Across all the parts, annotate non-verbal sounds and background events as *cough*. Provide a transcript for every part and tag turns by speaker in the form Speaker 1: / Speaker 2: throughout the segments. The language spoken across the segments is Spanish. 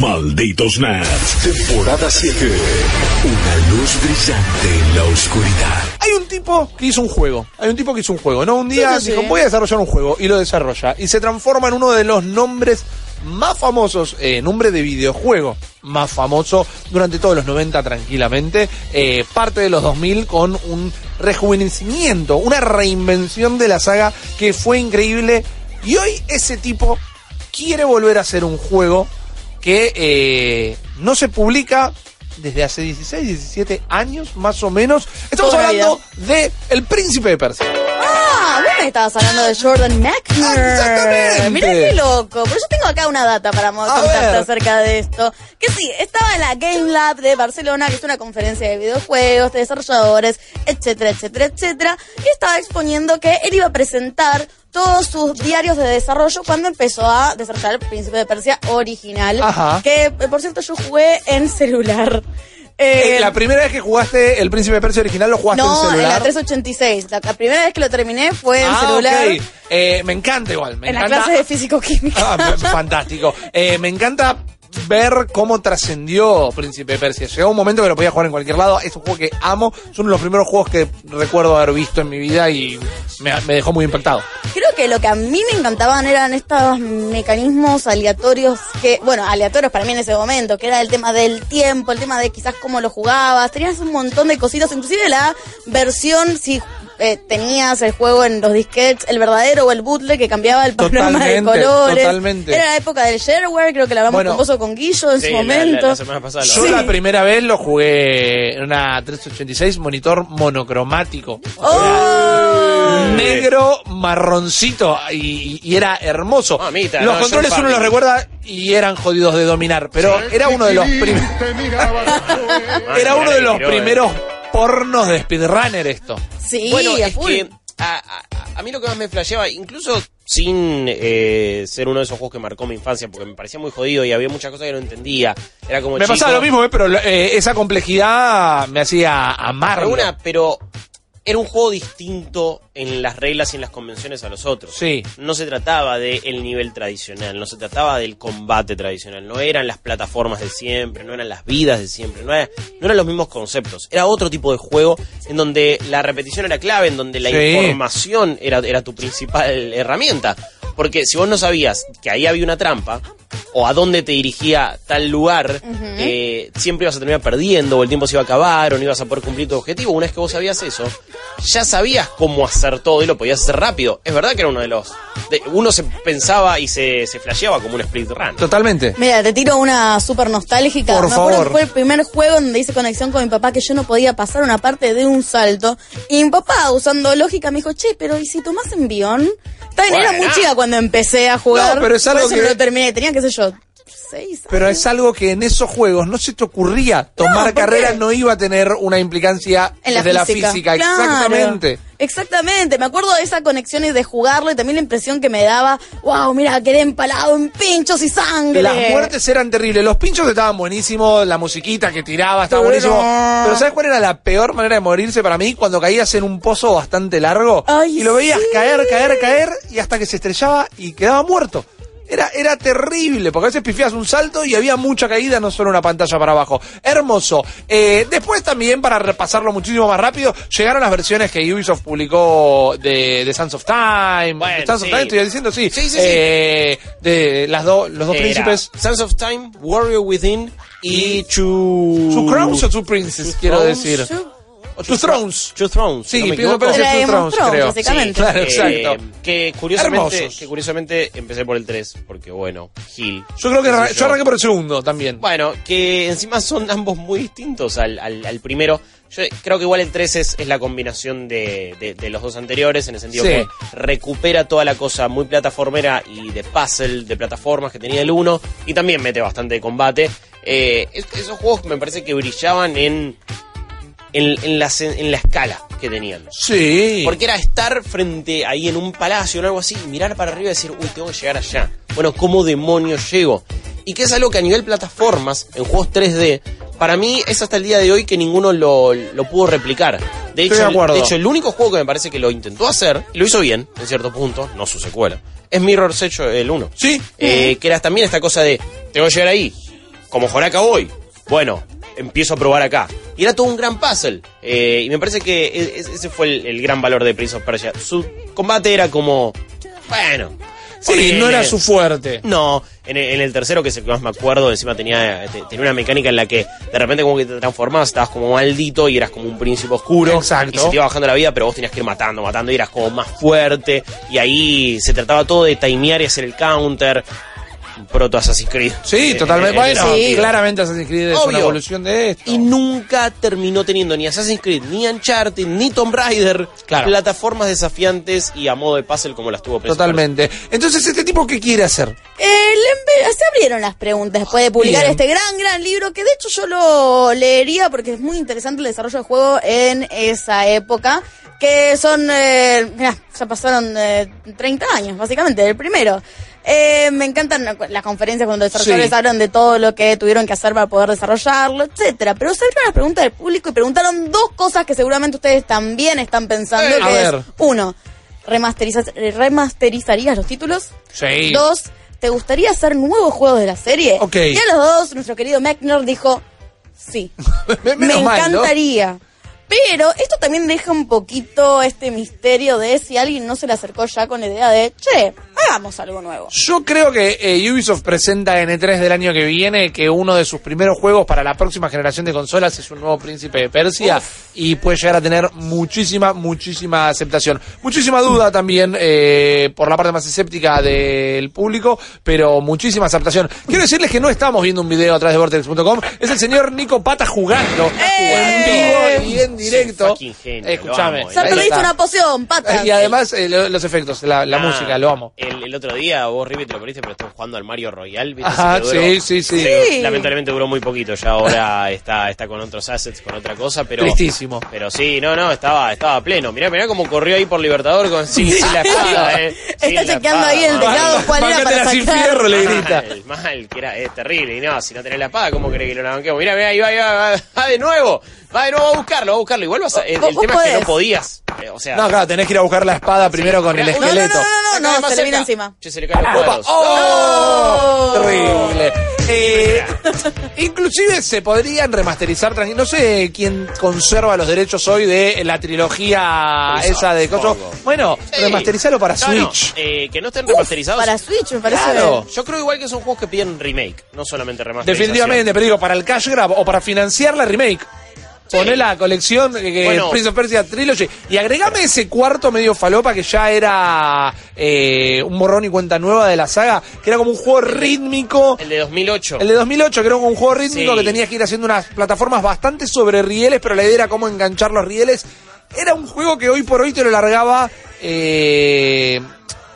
Speaker 1: Malditos Nats, temporada 7. Una luz brillante en la oscuridad.
Speaker 2: Hay un tipo que hizo un juego. Hay un tipo que hizo un juego. No, un día
Speaker 3: Sí, sí, sí.
Speaker 2: dijo, voy a desarrollar un juego. Y lo desarrolla. Y se transforma en uno de los nombres más famosos, eh, nombre de videojuego más famoso durante todos los 90 tranquilamente, eh, parte de los 2000 con un rejuvenecimiento, una reinvención de la saga que fue increíble. Y hoy ese tipo quiere volver a hacer un juego que eh, no se publica desde hace 16, 17 años más o menos. Estamos
Speaker 3: Toda la
Speaker 2: hablando de El Príncipe de Persia.
Speaker 3: Ah, vos me estabas hablando de Jordan Mechner.
Speaker 2: Ah, Exactamente.
Speaker 3: Mirá qué loco. Pero yo tengo acá una data para mo-
Speaker 2: A
Speaker 3: contarte
Speaker 2: ver.
Speaker 3: acerca de esto. Que sí, estaba en la Game Lab de Barcelona, que es una conferencia de videojuegos, de desarrolladores, etcétera, etcétera, etcétera. Y estaba exponiendo que él iba a presentar todos sus diarios de desarrollo cuando empezó a desarrollar el Príncipe de Persia original.
Speaker 2: Ajá.
Speaker 3: Que, eh, por cierto, yo jugué en celular.
Speaker 2: Eh,
Speaker 3: Eh,
Speaker 2: la primera vez que jugaste El Príncipe de Persia original lo jugaste
Speaker 3: no,
Speaker 2: en
Speaker 3: en,
Speaker 2: celular.
Speaker 3: la 386. La, la primera vez que lo terminé fue en
Speaker 2: Ah,
Speaker 3: celular.
Speaker 2: ok. Eh, me encanta igual. Me
Speaker 3: en la
Speaker 2: encanta
Speaker 3: clase de físico-química.
Speaker 2: *laughs* Ah, f- fantástico. Eh, me encanta ver cómo trascendió Príncipe de Persia. Llegó un momento que lo podía jugar en cualquier lado. Es un juego que amo. Es uno de los primeros juegos que recuerdo haber visto en mi vida y me, me dejó muy impactado.
Speaker 3: Creo que lo que a mí me encantaban eran estos mecanismos aleatorios que, bueno, aleatorios para mí en ese momento, que era el tema del tiempo, el tema de quizás cómo lo jugabas, tenías un montón de cositas, inclusive la versión, si eh, tenías el juego en los disquets, el verdadero o el bootleg que cambiaba el panorama de
Speaker 2: Totalmente,
Speaker 3: colores.
Speaker 2: totalmente.
Speaker 3: Era la época del shareware, creo que la hablamos
Speaker 2: Bueno.
Speaker 3: con vos o con Guillo en
Speaker 4: Sí,
Speaker 3: su
Speaker 4: la- la-
Speaker 3: momento.
Speaker 4: La, semana pasada. la-
Speaker 2: Yo
Speaker 3: Sí.
Speaker 2: la primera vez lo jugué en una 386 monitor monocromático.
Speaker 3: ¡Oh!
Speaker 4: Mm.
Speaker 2: negro marroncito y, y era hermoso.
Speaker 4: Mamita,
Speaker 2: los
Speaker 4: Ah, no,
Speaker 2: controles
Speaker 4: yo
Speaker 2: uno los
Speaker 4: papi.
Speaker 2: recuerda y eran jodidos de dominar, pero era uno de los primeros era uno de los
Speaker 4: Quiroga.
Speaker 2: primeros pornos de speedrunner esto.
Speaker 3: Sí,
Speaker 4: Bueno,
Speaker 3: a
Speaker 4: es
Speaker 3: full.
Speaker 4: que a, a- a mí lo que más me flasheaba, incluso sin eh, ser uno de esos juegos que marcó mi infancia, porque me parecía muy jodido y había muchas cosas que no entendía. Era como
Speaker 2: Me
Speaker 4: chico,
Speaker 2: pasaba lo mismo, eh, pero eh, esa complejidad me hacía amarlo.
Speaker 4: alguna, pero era un juego distinto en las reglas y en las convenciones a los otros.
Speaker 2: Sí.
Speaker 4: No se trataba del nivel tradicional, no se trataba del combate tradicional, no eran las plataformas de siempre, no eran las vidas de siempre, no, era- no eran los mismos conceptos. Era otro tipo de juego en donde la repetición era clave, en donde la
Speaker 2: Sí.
Speaker 4: información era, era tu principal herramienta. Porque si vos no sabías que ahí había una trampa, o a dónde te dirigía tal lugar, eh, siempre ibas a terminar perdiendo, o el tiempo se iba a acabar, o no ibas a poder cumplir tu objetivo. Una vez que vos sabías eso, ya sabías cómo hacer todo y lo podías hacer rápido. Es verdad que era uno de los. de- uno se pensaba y se, se flasheaba como un split run.
Speaker 2: Totalmente.
Speaker 3: Mira, te tiro una súper nostálgica.
Speaker 2: Por
Speaker 3: Me acuerdo
Speaker 2: favor.
Speaker 3: que fue el primer juego donde hice conexión con mi papá que yo no podía pasar una parte de un salto. Y mi papá, usando lógica, me dijo, che, pero ¿y si tomás envión? También era
Speaker 4: Bueno.
Speaker 3: muy chica cuando empecé a jugar.
Speaker 2: No, pero es algo
Speaker 3: Por eso
Speaker 2: que-
Speaker 3: no lo terminé. Tenía, qué sé yo, seis años.
Speaker 2: Pero es algo que en esos juegos no se te ocurría. Tomar
Speaker 3: ¿por qué?
Speaker 2: carrera no iba a tener una implicancia
Speaker 3: en la
Speaker 2: desde
Speaker 3: física.
Speaker 2: la física.
Speaker 3: Claro.
Speaker 2: Exactamente.
Speaker 3: Exactamente, me acuerdo de esa conexión y de jugarlo y también la impresión que me daba, wow, mira, quedé empalado en pinchos y sangre.
Speaker 2: Las muertes eran terribles. Los pinchos estaban buenísimos, la musiquita que tiraba estaba
Speaker 3: Pero
Speaker 2: buenísimo.
Speaker 3: no.
Speaker 2: Pero ¿sabes cuál era la peor manera de morirse para mí? Cuando caías en un pozo bastante largo
Speaker 3: Ay,
Speaker 2: y lo veías
Speaker 3: sí.
Speaker 2: caer, caer, caer y hasta que se estrellaba y quedaba muerto. Era, era terrible, porque a veces pifias un salto y había mucha caída, no solo una pantalla para abajo. Hermoso. Eh, después también, para repasarlo muchísimo más rápido, llegaron las versiones que Ubisoft publicó de, de Sands of Time.
Speaker 4: Bueno,
Speaker 2: Sands of
Speaker 4: sí.
Speaker 2: Time, estoy diciendo, sí.
Speaker 4: Sí, sí, sí.
Speaker 2: Eh, de las dos los dos
Speaker 4: Era
Speaker 2: príncipes.
Speaker 4: Sons of Time, Warrior Within y Two.
Speaker 2: ¿Two Crowns o Two Princes, quiero
Speaker 4: Thrones?
Speaker 2: decir? O Two Thrones.
Speaker 4: Two Thrones.
Speaker 2: Sí,
Speaker 4: si no me
Speaker 2: Príncipe de
Speaker 4: equivoco.
Speaker 2: Persia, Two
Speaker 3: Era de Game of
Speaker 2: Thrones,
Speaker 3: Thrones,
Speaker 2: creo.
Speaker 3: básicamente.
Speaker 2: claro, *laughs*
Speaker 4: Eh,
Speaker 2: exacto.
Speaker 4: que, curiosamente,
Speaker 2: Hermosos.
Speaker 4: que curiosamente empecé por el 3, porque bueno, Gil.
Speaker 2: Yo creo que
Speaker 4: qué sé
Speaker 2: arran- yo arranqué por el segundo también.
Speaker 4: Bueno, que encima son ambos muy distintos al, al- al primero. Yo creo que igual el 3 es, es la combinación de, de- de los dos anteriores, en el sentido
Speaker 2: Sí.
Speaker 4: que recupera toda la cosa muy plataformera y de puzzle, de plataformas que tenía el 1, y también mete bastante de combate. Eh, es- esos juegos me parece que brillaban en, en, en la, se- en la escala que tenían.
Speaker 2: Sí.
Speaker 4: Porque era estar frente ahí en un palacio o algo así, y mirar para arriba y decir, uy, tengo que llegar allá. Bueno, ¿cómo demonios llego? Y que es algo que a nivel plataformas, en juegos 3D, para mí es hasta el día de hoy que ninguno lo, lo pudo replicar. De
Speaker 2: Estoy de
Speaker 4: hecho,
Speaker 2: acuerdo.
Speaker 4: de hecho, el único juego que me parece que lo intentó hacer, y lo hizo bien, en cierto punto, no su secuela, es Mirror's Edge el 1.
Speaker 2: Sí.
Speaker 4: Eh, que era también esta cosa de, tengo que llegar ahí. como Joraca hoy. Bueno, empiezo a probar acá. Y era todo un gran puzzle. Eh, y me parece que e- e- ese fue el, el gran valor de Prince of Persia. Su combate era como. Bueno.
Speaker 2: Sí, no era
Speaker 4: ponele.
Speaker 2: su fuerte.
Speaker 4: No, en el, en el tercero que es el que más me acuerdo, encima tenía, eh, te- tenía una mecánica en la que de repente como que te transformabas, estabas como maldito y eras como un príncipe oscuro.
Speaker 2: Exacto.
Speaker 4: Y se te iba bajando la vida, pero vos tenías que ir matando, matando y eras como más fuerte. Y ahí se trataba todo de timear y hacer el counter. Un Proto Assassin's Creed.
Speaker 2: Sí,
Speaker 4: Eh,
Speaker 2: totalmente.
Speaker 4: en
Speaker 2: Bueno,
Speaker 4: ese sentido.
Speaker 2: claramente Assassin's Creed es una
Speaker 4: Obvio.
Speaker 2: evolución de esto.
Speaker 4: Y nunca terminó teniendo ni Assassin's Creed, ni Uncharted, ni Tomb Raider.
Speaker 2: Claro.
Speaker 4: Plataformas desafiantes y a modo de puzzle como las tuvo Prince of Persia.
Speaker 2: Totalmente. Entonces, ¿este tipo qué quiere hacer? *laughs*
Speaker 3: Eh, le empe- se abrieron las preguntas después de publicar
Speaker 2: Bien.
Speaker 3: este gran, gran libro, que de hecho yo lo leería porque es muy interesante el desarrollo del juego en esa época, que son, eh, mirá, ya pasaron eh, 30 años, básicamente, el primero. Eh, me encantan la- las conferencias cuando los desarrolladores
Speaker 2: Sí.
Speaker 3: hablan de todo lo que tuvieron que hacer para poder desarrollarlo, etcétera. Pero se abrieron las preguntas del público y preguntaron dos cosas que seguramente ustedes también están pensando,
Speaker 2: Eh, a
Speaker 3: que es,
Speaker 2: ver.
Speaker 3: uno, remasterizas- remasterizarías los títulos.
Speaker 2: Sí.
Speaker 3: Dos, ¿te gustaría hacer nuevos juegos de la serie?
Speaker 2: Ok.
Speaker 3: Y a los dos, nuestro querido Mechner dijo,
Speaker 2: *laughs*
Speaker 3: sí, me
Speaker 2: Menos mal, ¿no?
Speaker 3: encantaría. Pero esto también deja un poquito este misterio de si alguien no se le acercó ya con la idea de, che, hagamos algo nuevo.
Speaker 2: Yo creo que eh, Ubisoft presenta en E3 del año que viene que uno de sus primeros juegos para la próxima generación de consolas es un nuevo Príncipe de Persia y puede llegar a tener muchísima, muchísima aceptación. Muchísima duda también eh, por la parte más escéptica del público, pero muchísima aceptación. Quiero decirles que no estamos viendo un video a través de Vortex.com, es el señor Nico Pata jugando en vivo y en directo.
Speaker 4: fucking genio,
Speaker 2: Escúchame.
Speaker 4: lo amo. eh.
Speaker 2: ahí
Speaker 3: Ya perdiste
Speaker 2: está.
Speaker 3: una poción, pata.
Speaker 2: Y además eh, lo- los efectos, la, la
Speaker 4: Ah,
Speaker 2: música, lo amo.
Speaker 4: El, el otro día, vos, Rivi, te lo perdiste, pero estamos jugando al Mario Royal, ¿viste?
Speaker 2: Ajá,
Speaker 4: Ese que duró.
Speaker 2: sí, sí, sí.
Speaker 3: Sí.
Speaker 4: Lamentablemente duró muy poquito, ya ahora está, está con otros assets, con otra cosa, pero...
Speaker 2: Tristísimo.
Speaker 4: Pero sí, no, no, estaba, estaba pleno. Mirá, mirá cómo corrió ahí por Libertador con sin, sin la espada, eh.
Speaker 3: Está
Speaker 4: Sin la
Speaker 3: chequeando ahí
Speaker 4: espada,
Speaker 3: el
Speaker 4: mal.
Speaker 3: teclado cuál era
Speaker 2: Bancátela
Speaker 3: para
Speaker 2: sin
Speaker 3: sacar.
Speaker 2: fierro, le grita.
Speaker 4: Mal, mal, que era, es terrible. Y no, si no tenés la espada, ¿cómo querés que lo banquemos? Mirá, mirá, ahí va, ahí va, va, va de nuevo. Va de nuevo a buscarlo, va a buscarlo. Igual vas a- el,
Speaker 3: Vos-
Speaker 4: el
Speaker 3: vos
Speaker 4: tema es que
Speaker 3: podés.
Speaker 4: no podías. eh, o sea...
Speaker 2: No, claro, tenés que ir a buscar la espada primero con el
Speaker 4: No, no, no,
Speaker 2: esqueleto.
Speaker 3: No, no, no,
Speaker 4: Acá más
Speaker 3: se le vino
Speaker 4: cerca.
Speaker 3: encima.
Speaker 4: Che, se le caen los
Speaker 2: ¡Opa!
Speaker 4: cuadros.
Speaker 2: ¡Oh!
Speaker 3: ¡No!
Speaker 2: Terrible. Eh,
Speaker 4: *laughs*
Speaker 2: inclusive se podrían remasterizar tranqui- No sé quién conserva los derechos hoy de la trilogía
Speaker 4: Eso,
Speaker 2: esa de Cocho.
Speaker 4: supongo.
Speaker 2: Bueno,
Speaker 4: Sí.
Speaker 2: remasterizarlo para
Speaker 4: No, no,
Speaker 2: Switch.
Speaker 4: eh, que no estén remasterizados.
Speaker 3: Para Switch, me parece.
Speaker 2: Claro.
Speaker 4: Yo creo igual que son juegos que piden remake, no solamente remasterización.
Speaker 2: Definitivamente, pero digo, para el cash grab o para financiar la remake. Poné la colección eh,
Speaker 4: Bueno.
Speaker 2: Prince of Persia Trilogy y agregame ese cuarto medio falopa que ya era eh, un morrón y cuenta nueva de la saga, que era como un juego rítmico.
Speaker 4: El de 2008.
Speaker 2: El de 2008, que era un juego rítmico
Speaker 4: Sí.
Speaker 2: que tenías que ir haciendo unas plataformas bastante sobre rieles, pero la idea era cómo enganchar los rieles. Era un juego que hoy por hoy te lo largaba eh,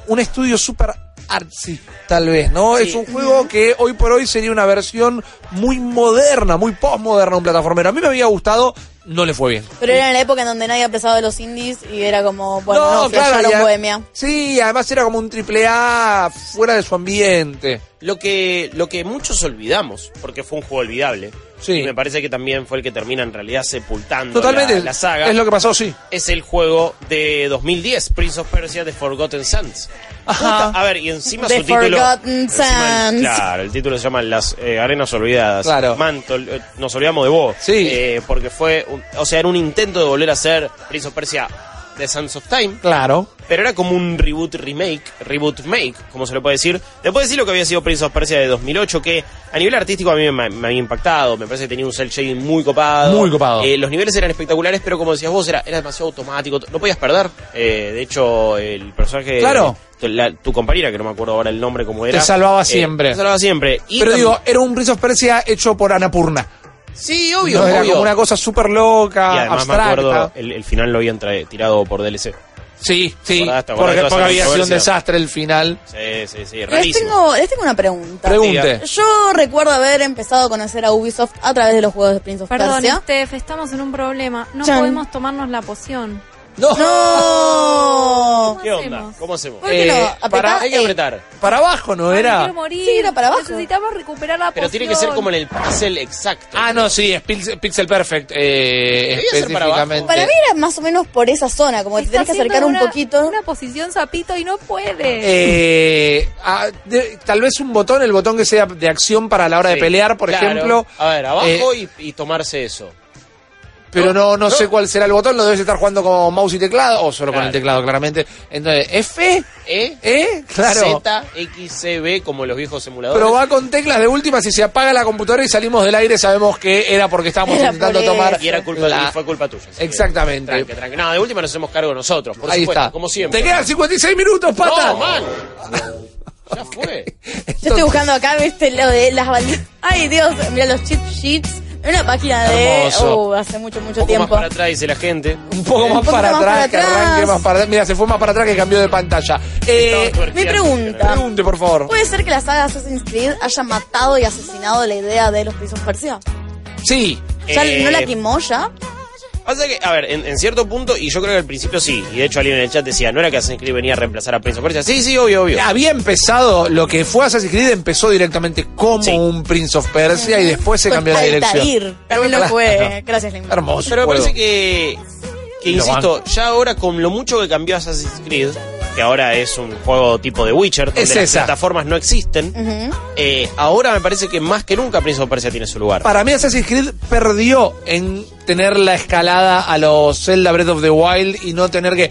Speaker 2: un estudio súper artsy, tal vez, ¿no?
Speaker 4: Sí.
Speaker 2: Es un juego que hoy por hoy sería una versión muy moderna, muy postmoderna de un plataformero. A mí me había gustado, no le fue bien.
Speaker 3: Pero era en la época en donde nadie pensaba de los indies y era como, bueno, no, flasharon
Speaker 2: ya-
Speaker 3: Bohemia.
Speaker 2: Sí, además era como un triple A fuera de su ambiente.
Speaker 4: Lo que, lo que muchos olvidamos, porque fue un juego olvidable.
Speaker 2: Sí.
Speaker 4: Y me parece que también fue el que termina en realidad sepultando
Speaker 2: Totalmente.
Speaker 4: La, la saga.
Speaker 2: Es lo que pasó, sí.
Speaker 4: es el juego de 2010, Prince of Persia The Forgotten Sands.
Speaker 2: Ajá.
Speaker 4: Puta, A ver, y encima
Speaker 3: The
Speaker 4: su título.
Speaker 3: Forgotten
Speaker 4: encima el-
Speaker 3: Sands.
Speaker 4: claro, el título se llama Las eh, Arenas Olvidadas.
Speaker 2: Claro.
Speaker 4: Manto, eh, nos olvidamos de vos.
Speaker 2: Sí.
Speaker 4: Eh, porque fue. un- o sea, era un intento de volver a ser Prince of Persia The Sands of Time.
Speaker 2: Claro.
Speaker 4: Pero era como un reboot remake, reboot make, como se lo puede decir. Después de decir lo que había sido Prince of Persia de 2008, que a nivel artístico a mí me, me había impactado. Me parece que tenía un cel shading muy copado.
Speaker 2: Muy copado.
Speaker 4: Eh, los niveles eran espectaculares, pero como decías vos, era, era demasiado automático. No podías perder. Eh, de hecho, el personaje.
Speaker 2: Claro.
Speaker 4: Tu, la- tu compañera, que no me acuerdo ahora el nombre como era. eh,
Speaker 2: salvaba siempre.
Speaker 4: Te salvaba siempre. Y
Speaker 2: Pero
Speaker 4: tam-
Speaker 2: digo, era un Prince of Persia hecho por Anapurna.
Speaker 4: Sí, obvio,
Speaker 2: No, era
Speaker 4: obvio.
Speaker 2: como una cosa súper
Speaker 4: y
Speaker 2: loca,
Speaker 4: además
Speaker 2: abstracta.
Speaker 4: me acuerdo, eh, el, el final lo habían tra- tirado por DLC.
Speaker 2: Sí, sí,
Speaker 4: acordás? ¿Te acordás
Speaker 2: porque,
Speaker 4: de toda esa
Speaker 2: porque había sido un
Speaker 4: controversia?
Speaker 2: desastre el final.
Speaker 4: Sí, sí, sí,
Speaker 3: Les
Speaker 4: rarísimo.
Speaker 3: tengo, les tengo una pregunta.
Speaker 2: Pregunte.
Speaker 3: Yo recuerdo haber empezado a conocer a Ubisoft a través de los juegos de Prince of
Speaker 5: Perdón,
Speaker 3: Persia.
Speaker 5: Steph, estamos en un problema. No
Speaker 3: Chan.
Speaker 5: podemos tomarnos la poción.
Speaker 2: No.
Speaker 3: ¡No!
Speaker 4: ¿Qué
Speaker 5: hacemos?
Speaker 4: onda? ¿Cómo hacemos?
Speaker 3: ¿Por qué no? Apretá,
Speaker 4: para, hay que
Speaker 3: eh.
Speaker 4: apretar.
Speaker 2: Para abajo, ¿no
Speaker 5: Ay, me
Speaker 2: era?
Speaker 5: quiero morir.
Speaker 3: Sí, era para abajo.
Speaker 5: Necesitamos recuperar la
Speaker 4: Pero tiene que ser
Speaker 5: poción.
Speaker 4: como en el pixel exacto.
Speaker 2: Ah, no, sí, es Pixel, Pixel Perfect. Eh,
Speaker 4: Debería ser para abajo.
Speaker 2: específicamente.
Speaker 3: Para mí era más o menos por esa zona, como que te
Speaker 5: Está
Speaker 3: tenés que acercar
Speaker 5: haciendo
Speaker 3: un
Speaker 5: una-
Speaker 3: poquito.
Speaker 5: Una posición sapito y no puede.
Speaker 2: Eh, ah, de- tal vez un botón, el botón que sea de acción para la hora de
Speaker 4: Sí,
Speaker 2: pelear, por
Speaker 4: claro.
Speaker 2: ejemplo.
Speaker 4: A ver,
Speaker 2: Eh,
Speaker 4: abajo y, y tomarse eso.
Speaker 2: Pero no, no,
Speaker 4: No.
Speaker 2: sé cuál será el botón, lo debes estar jugando con mouse y teclado, o solo con
Speaker 4: Claro.
Speaker 2: el teclado, claramente. Entonces, F,
Speaker 4: ¿Eh?
Speaker 2: ¿eh? Claro.
Speaker 4: Z, X, C, B, como los viejos emuladores.
Speaker 2: Pero va con teclas de última, si se apaga la computadora y salimos del aire, sabemos que era porque estábamos
Speaker 3: Era
Speaker 2: intentando
Speaker 3: por
Speaker 2: tomar.
Speaker 4: y era culpa
Speaker 2: la-
Speaker 4: y fue culpa tuya. así que
Speaker 2: Exactamente.
Speaker 4: tranqui, tranqui. No, de última nos hacemos cargo nosotros, por
Speaker 2: Ahí
Speaker 4: supuesto,
Speaker 2: está.
Speaker 4: como siempre.
Speaker 2: Te quedan 56 minutos, pata.
Speaker 4: ¡No, man! Ya fue.
Speaker 3: Yo estoy buscando acá, viste, lo de las banditas. Ay, Dios, mira los chip sheets. Una página de.
Speaker 4: Hermoso.
Speaker 3: Uh, hace mucho, mucho
Speaker 4: Un poco más
Speaker 3: tiempo.
Speaker 4: para atrás dice la gente.
Speaker 2: Un poco más
Speaker 3: poco
Speaker 2: para
Speaker 3: más
Speaker 2: atrás,
Speaker 3: para
Speaker 2: que arranque
Speaker 3: atrás.
Speaker 2: más para atrás. Mira, se fue más para atrás que cambió de pantalla. Eh,
Speaker 3: Mi pregunta.
Speaker 2: pregunte, por favor.
Speaker 3: ¿Puede ser que la saga Assassin's Creed haya matado y asesinado la idea de los pisos Persia?
Speaker 2: Sí.
Speaker 3: ¿Ya
Speaker 4: Eh,
Speaker 3: no la quemó ya?
Speaker 4: Pasa que, a ver, en, en cierto punto, y yo creo que al principio sí, y de hecho alguien en el chat decía, no era que Assassin's Creed venía a reemplazar a Prince of Persia. Sí, sí, obvio, obvio.
Speaker 2: Había empezado, lo que fue Assassin's Creed empezó directamente como
Speaker 4: Sí.
Speaker 2: un Prince of Persia y después se
Speaker 3: Con
Speaker 2: cambió la dirección.
Speaker 3: Altair. También lo
Speaker 2: Claro.
Speaker 3: fue. Gracias, Lin.
Speaker 2: Hermoso.
Speaker 4: Pero me
Speaker 2: juego.
Speaker 4: parece que, que
Speaker 2: Lo
Speaker 4: insisto, ya ahora con lo mucho que cambió Assassin's Creed, que ahora es un juego tipo de Witcher, donde
Speaker 2: Es
Speaker 4: las
Speaker 2: esa.
Speaker 4: plataformas no existen, eh, ahora me parece que más que nunca Prince of Persia tiene su lugar.
Speaker 2: Para mí Assassin's Creed perdió en tener la escalada a los Zelda Breath of the Wild y no tener que...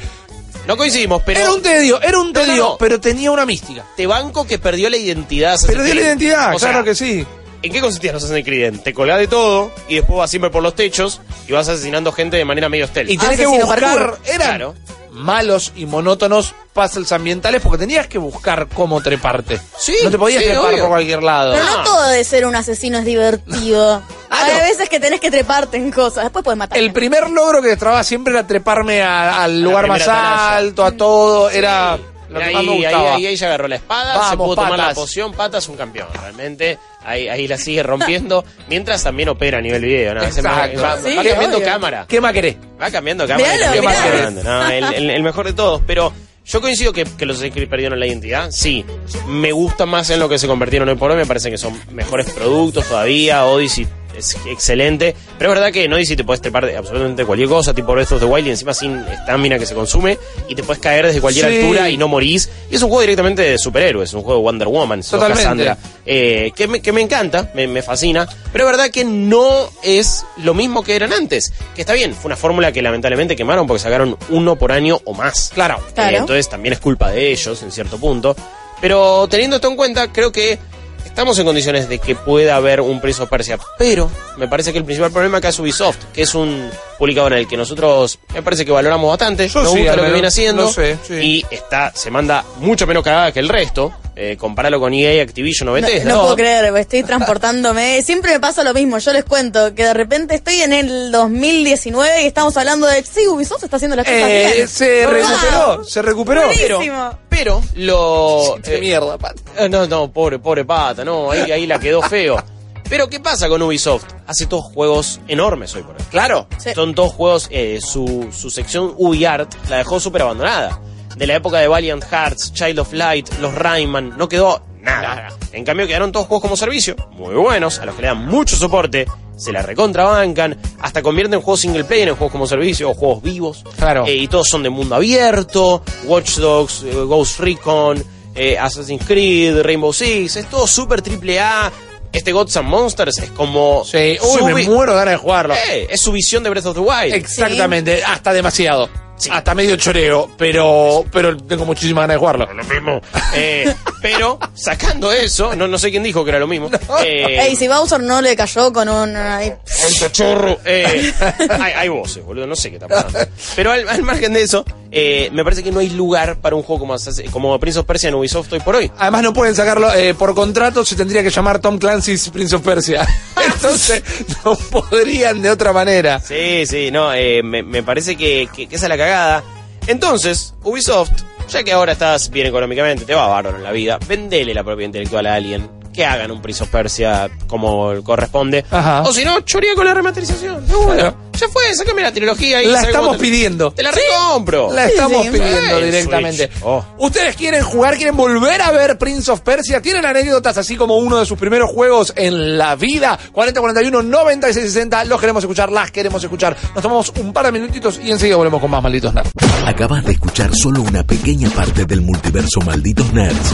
Speaker 4: no coincidimos, pero
Speaker 2: era un tedio, era un
Speaker 4: No, no,
Speaker 2: tedio,
Speaker 4: no.
Speaker 2: pero tenía una mística.
Speaker 4: te banco que perdió la identidad. de Assassin's
Speaker 2: Perdió la
Speaker 4: Creed.
Speaker 2: identidad,
Speaker 4: O sea,
Speaker 2: claro que sí.
Speaker 4: ¿En qué consistían los Assassin's Creed? En Te colgás de todo y después vas siempre por los techos y vas asesinando gente de manera medio stealth.
Speaker 2: Y tenés que
Speaker 3: Asesino
Speaker 2: buscar,
Speaker 3: parkour.
Speaker 2: eran
Speaker 4: Claro.
Speaker 2: malos y monótonos puzzles ambientales porque tenías que buscar cómo treparte.
Speaker 4: Sí,
Speaker 2: no te podías
Speaker 4: sí,
Speaker 2: trepar
Speaker 4: obvio.
Speaker 2: por cualquier lado.
Speaker 3: Pero
Speaker 4: Ah.
Speaker 3: no todo de ser un asesino es divertido.
Speaker 2: Ah,
Speaker 3: Hay
Speaker 2: no.
Speaker 3: veces que tenés que treparte en cosas. Después puedes matar.
Speaker 2: El
Speaker 3: gente.
Speaker 2: primer logro que destrababa siempre era treparme a- al lugar más
Speaker 4: primera atalaya.
Speaker 2: alto, a todo. Era
Speaker 4: Y
Speaker 2: lo que
Speaker 4: ahí,
Speaker 2: más me
Speaker 4: ahí,
Speaker 2: gustaba.
Speaker 4: ahí ella agarró la espada, se
Speaker 2: Vamos,
Speaker 4: pudo tomar la
Speaker 2: patas.
Speaker 4: poción, patas un campeón, realmente. Ahí, ahí la sigue rompiendo, mientras también opera a nivel video, ¿no? Se va-
Speaker 2: Exacto.
Speaker 4: Va,
Speaker 3: Sí,
Speaker 4: va cambiando
Speaker 3: obvio.
Speaker 4: cámara.
Speaker 2: ¿Qué más querés?
Speaker 4: Va cambiando cámara.
Speaker 3: Miralo,
Speaker 4: y también va
Speaker 2: miralo.
Speaker 4: mejorando, ¿no? el, el- el mejor de todos, pero yo coincido que, que los Assassin's Creed perdieron la identidad, sí. Me gusta más en lo que se convirtieron hoy por hoy, me parece que son mejores productos todavía, Odyssey es excelente, pero es verdad que en Odyssey te puedes trepar de absolutamente cualquier cosa, tipo Breath of the Wild y encima sin estamina que se consume, y te puedes caer desde cualquier
Speaker 2: Sí.
Speaker 4: altura y no morís, y es un juego directamente de superhéroes, es un juego de Wonder Woman, sos
Speaker 2: Totalmente.
Speaker 4: Cassandra, eh, que, me, que me encanta, me, me fascina, pero es verdad que no es lo mismo que eran antes. Que está bien, fue una fórmula que lamentablemente quemaron porque sacaron uno por año o más.
Speaker 2: Claro.
Speaker 4: Eh,
Speaker 3: Claro.
Speaker 4: entonces también es culpa de ellos en cierto punto. Pero teniendo esto en cuenta, creo que estamos en condiciones de que pueda haber un Prince of Persia. Pero me parece que el principal problema acá es Ubisoft, que es un publicador en el que nosotros me parece que valoramos bastante.
Speaker 2: Yo
Speaker 4: nos
Speaker 2: sí,
Speaker 4: gusta
Speaker 2: al
Speaker 4: lo que
Speaker 2: menos.
Speaker 4: viene haciendo.
Speaker 2: Lo sé, sí.
Speaker 4: Y está, se manda mucho menos cagada que el resto. Eh, comparalo con EA, Activision o
Speaker 3: No,
Speaker 4: Bethesda.
Speaker 3: no puedo creer, estoy transportándome. Siempre me pasa lo mismo, yo les cuento que de repente estoy en el 2019 y estamos hablando de, sí, Ubisoft está haciendo las cosas
Speaker 2: Eh,
Speaker 3: bien.
Speaker 2: se
Speaker 3: Wow.
Speaker 2: recuperó, se recuperó.
Speaker 3: Buenísimo.
Speaker 4: Pero lo.
Speaker 2: Qué
Speaker 4: eh,
Speaker 2: mierda, pata.
Speaker 4: eh, no, no, pobre, pobre pata, no, ahí, ahí la quedó feo. Pero ¿qué pasa con Ubisoft? Hace todos juegos enormes hoy por hoy. Claro.
Speaker 3: Sí.
Speaker 4: Son todos juegos, eh, su, su sección UbiArt la dejó súper abandonada. De la época de Valiant Hearts, Child of Light, los Rayman, no quedó nada. En cambio quedaron todos juegos como servicio, muy buenos, a los que le dan mucho soporte, se la recontrabancan, hasta convierten juegos single player en juegos como servicio o juegos vivos.
Speaker 2: Claro.
Speaker 4: Eh, y todos son de mundo abierto, Watch Dogs, eh, Ghost Recon, eh, Assassin's Creed, Rainbow Six, es todo super triple A. Este Gods and Monsters es como...
Speaker 2: Sí, uy,
Speaker 4: su
Speaker 2: me
Speaker 4: vi-
Speaker 2: muero de ganas de jugarlo.
Speaker 4: Eh, es su visión de Breath of the Wild.
Speaker 2: Exactamente, hasta demasiado.
Speaker 4: Sí.
Speaker 2: Hasta medio choreo, pero, pero tengo muchísimas ganas de jugarlo.
Speaker 4: lo mismo. Eh, pero sacando eso, no, no sé quién dijo que era
Speaker 2: *laughs*
Speaker 4: lo mismo. Eh,
Speaker 3: Ey, si Bowser no le cayó con un... ay,
Speaker 4: Tanto chorro. Eh, hay, hay voces, boludo, no sé qué está pasando. Pero al, al margen de eso, eh, me parece que no hay lugar para un juego como, Assassin- como Prince of Persia en Ubisoft hoy por hoy.
Speaker 2: Además no pueden sacarlo eh, por contrato, se tendría que llamar Tom Clancy's Prince of Persia. *laughs* Entonces no podrían de otra manera.
Speaker 4: Sí, sí, no, eh, me, me parece que, que- que esa es la cagada. Entonces, Ubisoft, ya que ahora estás bien económicamente, te va bárbaro en la vida, vendele la propiedad intelectual a alguien. Que hagan un Prince of Persia como corresponde.
Speaker 2: Ajá.
Speaker 4: O si no, choría con la remasterización. de una.
Speaker 2: Claro.
Speaker 4: ya fue, sácame la trilogía y
Speaker 2: La
Speaker 4: ¿sabes
Speaker 2: estamos
Speaker 4: cuánto te-
Speaker 2: pidiendo.
Speaker 4: Te la recompro.
Speaker 2: La
Speaker 3: Sí,
Speaker 2: estamos
Speaker 3: sí.
Speaker 2: pidiendo
Speaker 4: Eh,
Speaker 2: directamente.
Speaker 4: Switch. Oh.
Speaker 2: ¿Ustedes quieren jugar? ¿Quieren volver a ver Prince of Persia? ¿Tienen anécdotas así como uno de sus primeros juegos en la vida? 4041 9660. Los queremos escuchar, las queremos escuchar. Nos tomamos un par de minutitos y enseguida volvemos con más malditos nerds.
Speaker 1: Acabas de escuchar solo una pequeña parte del multiverso Malditos Nerds.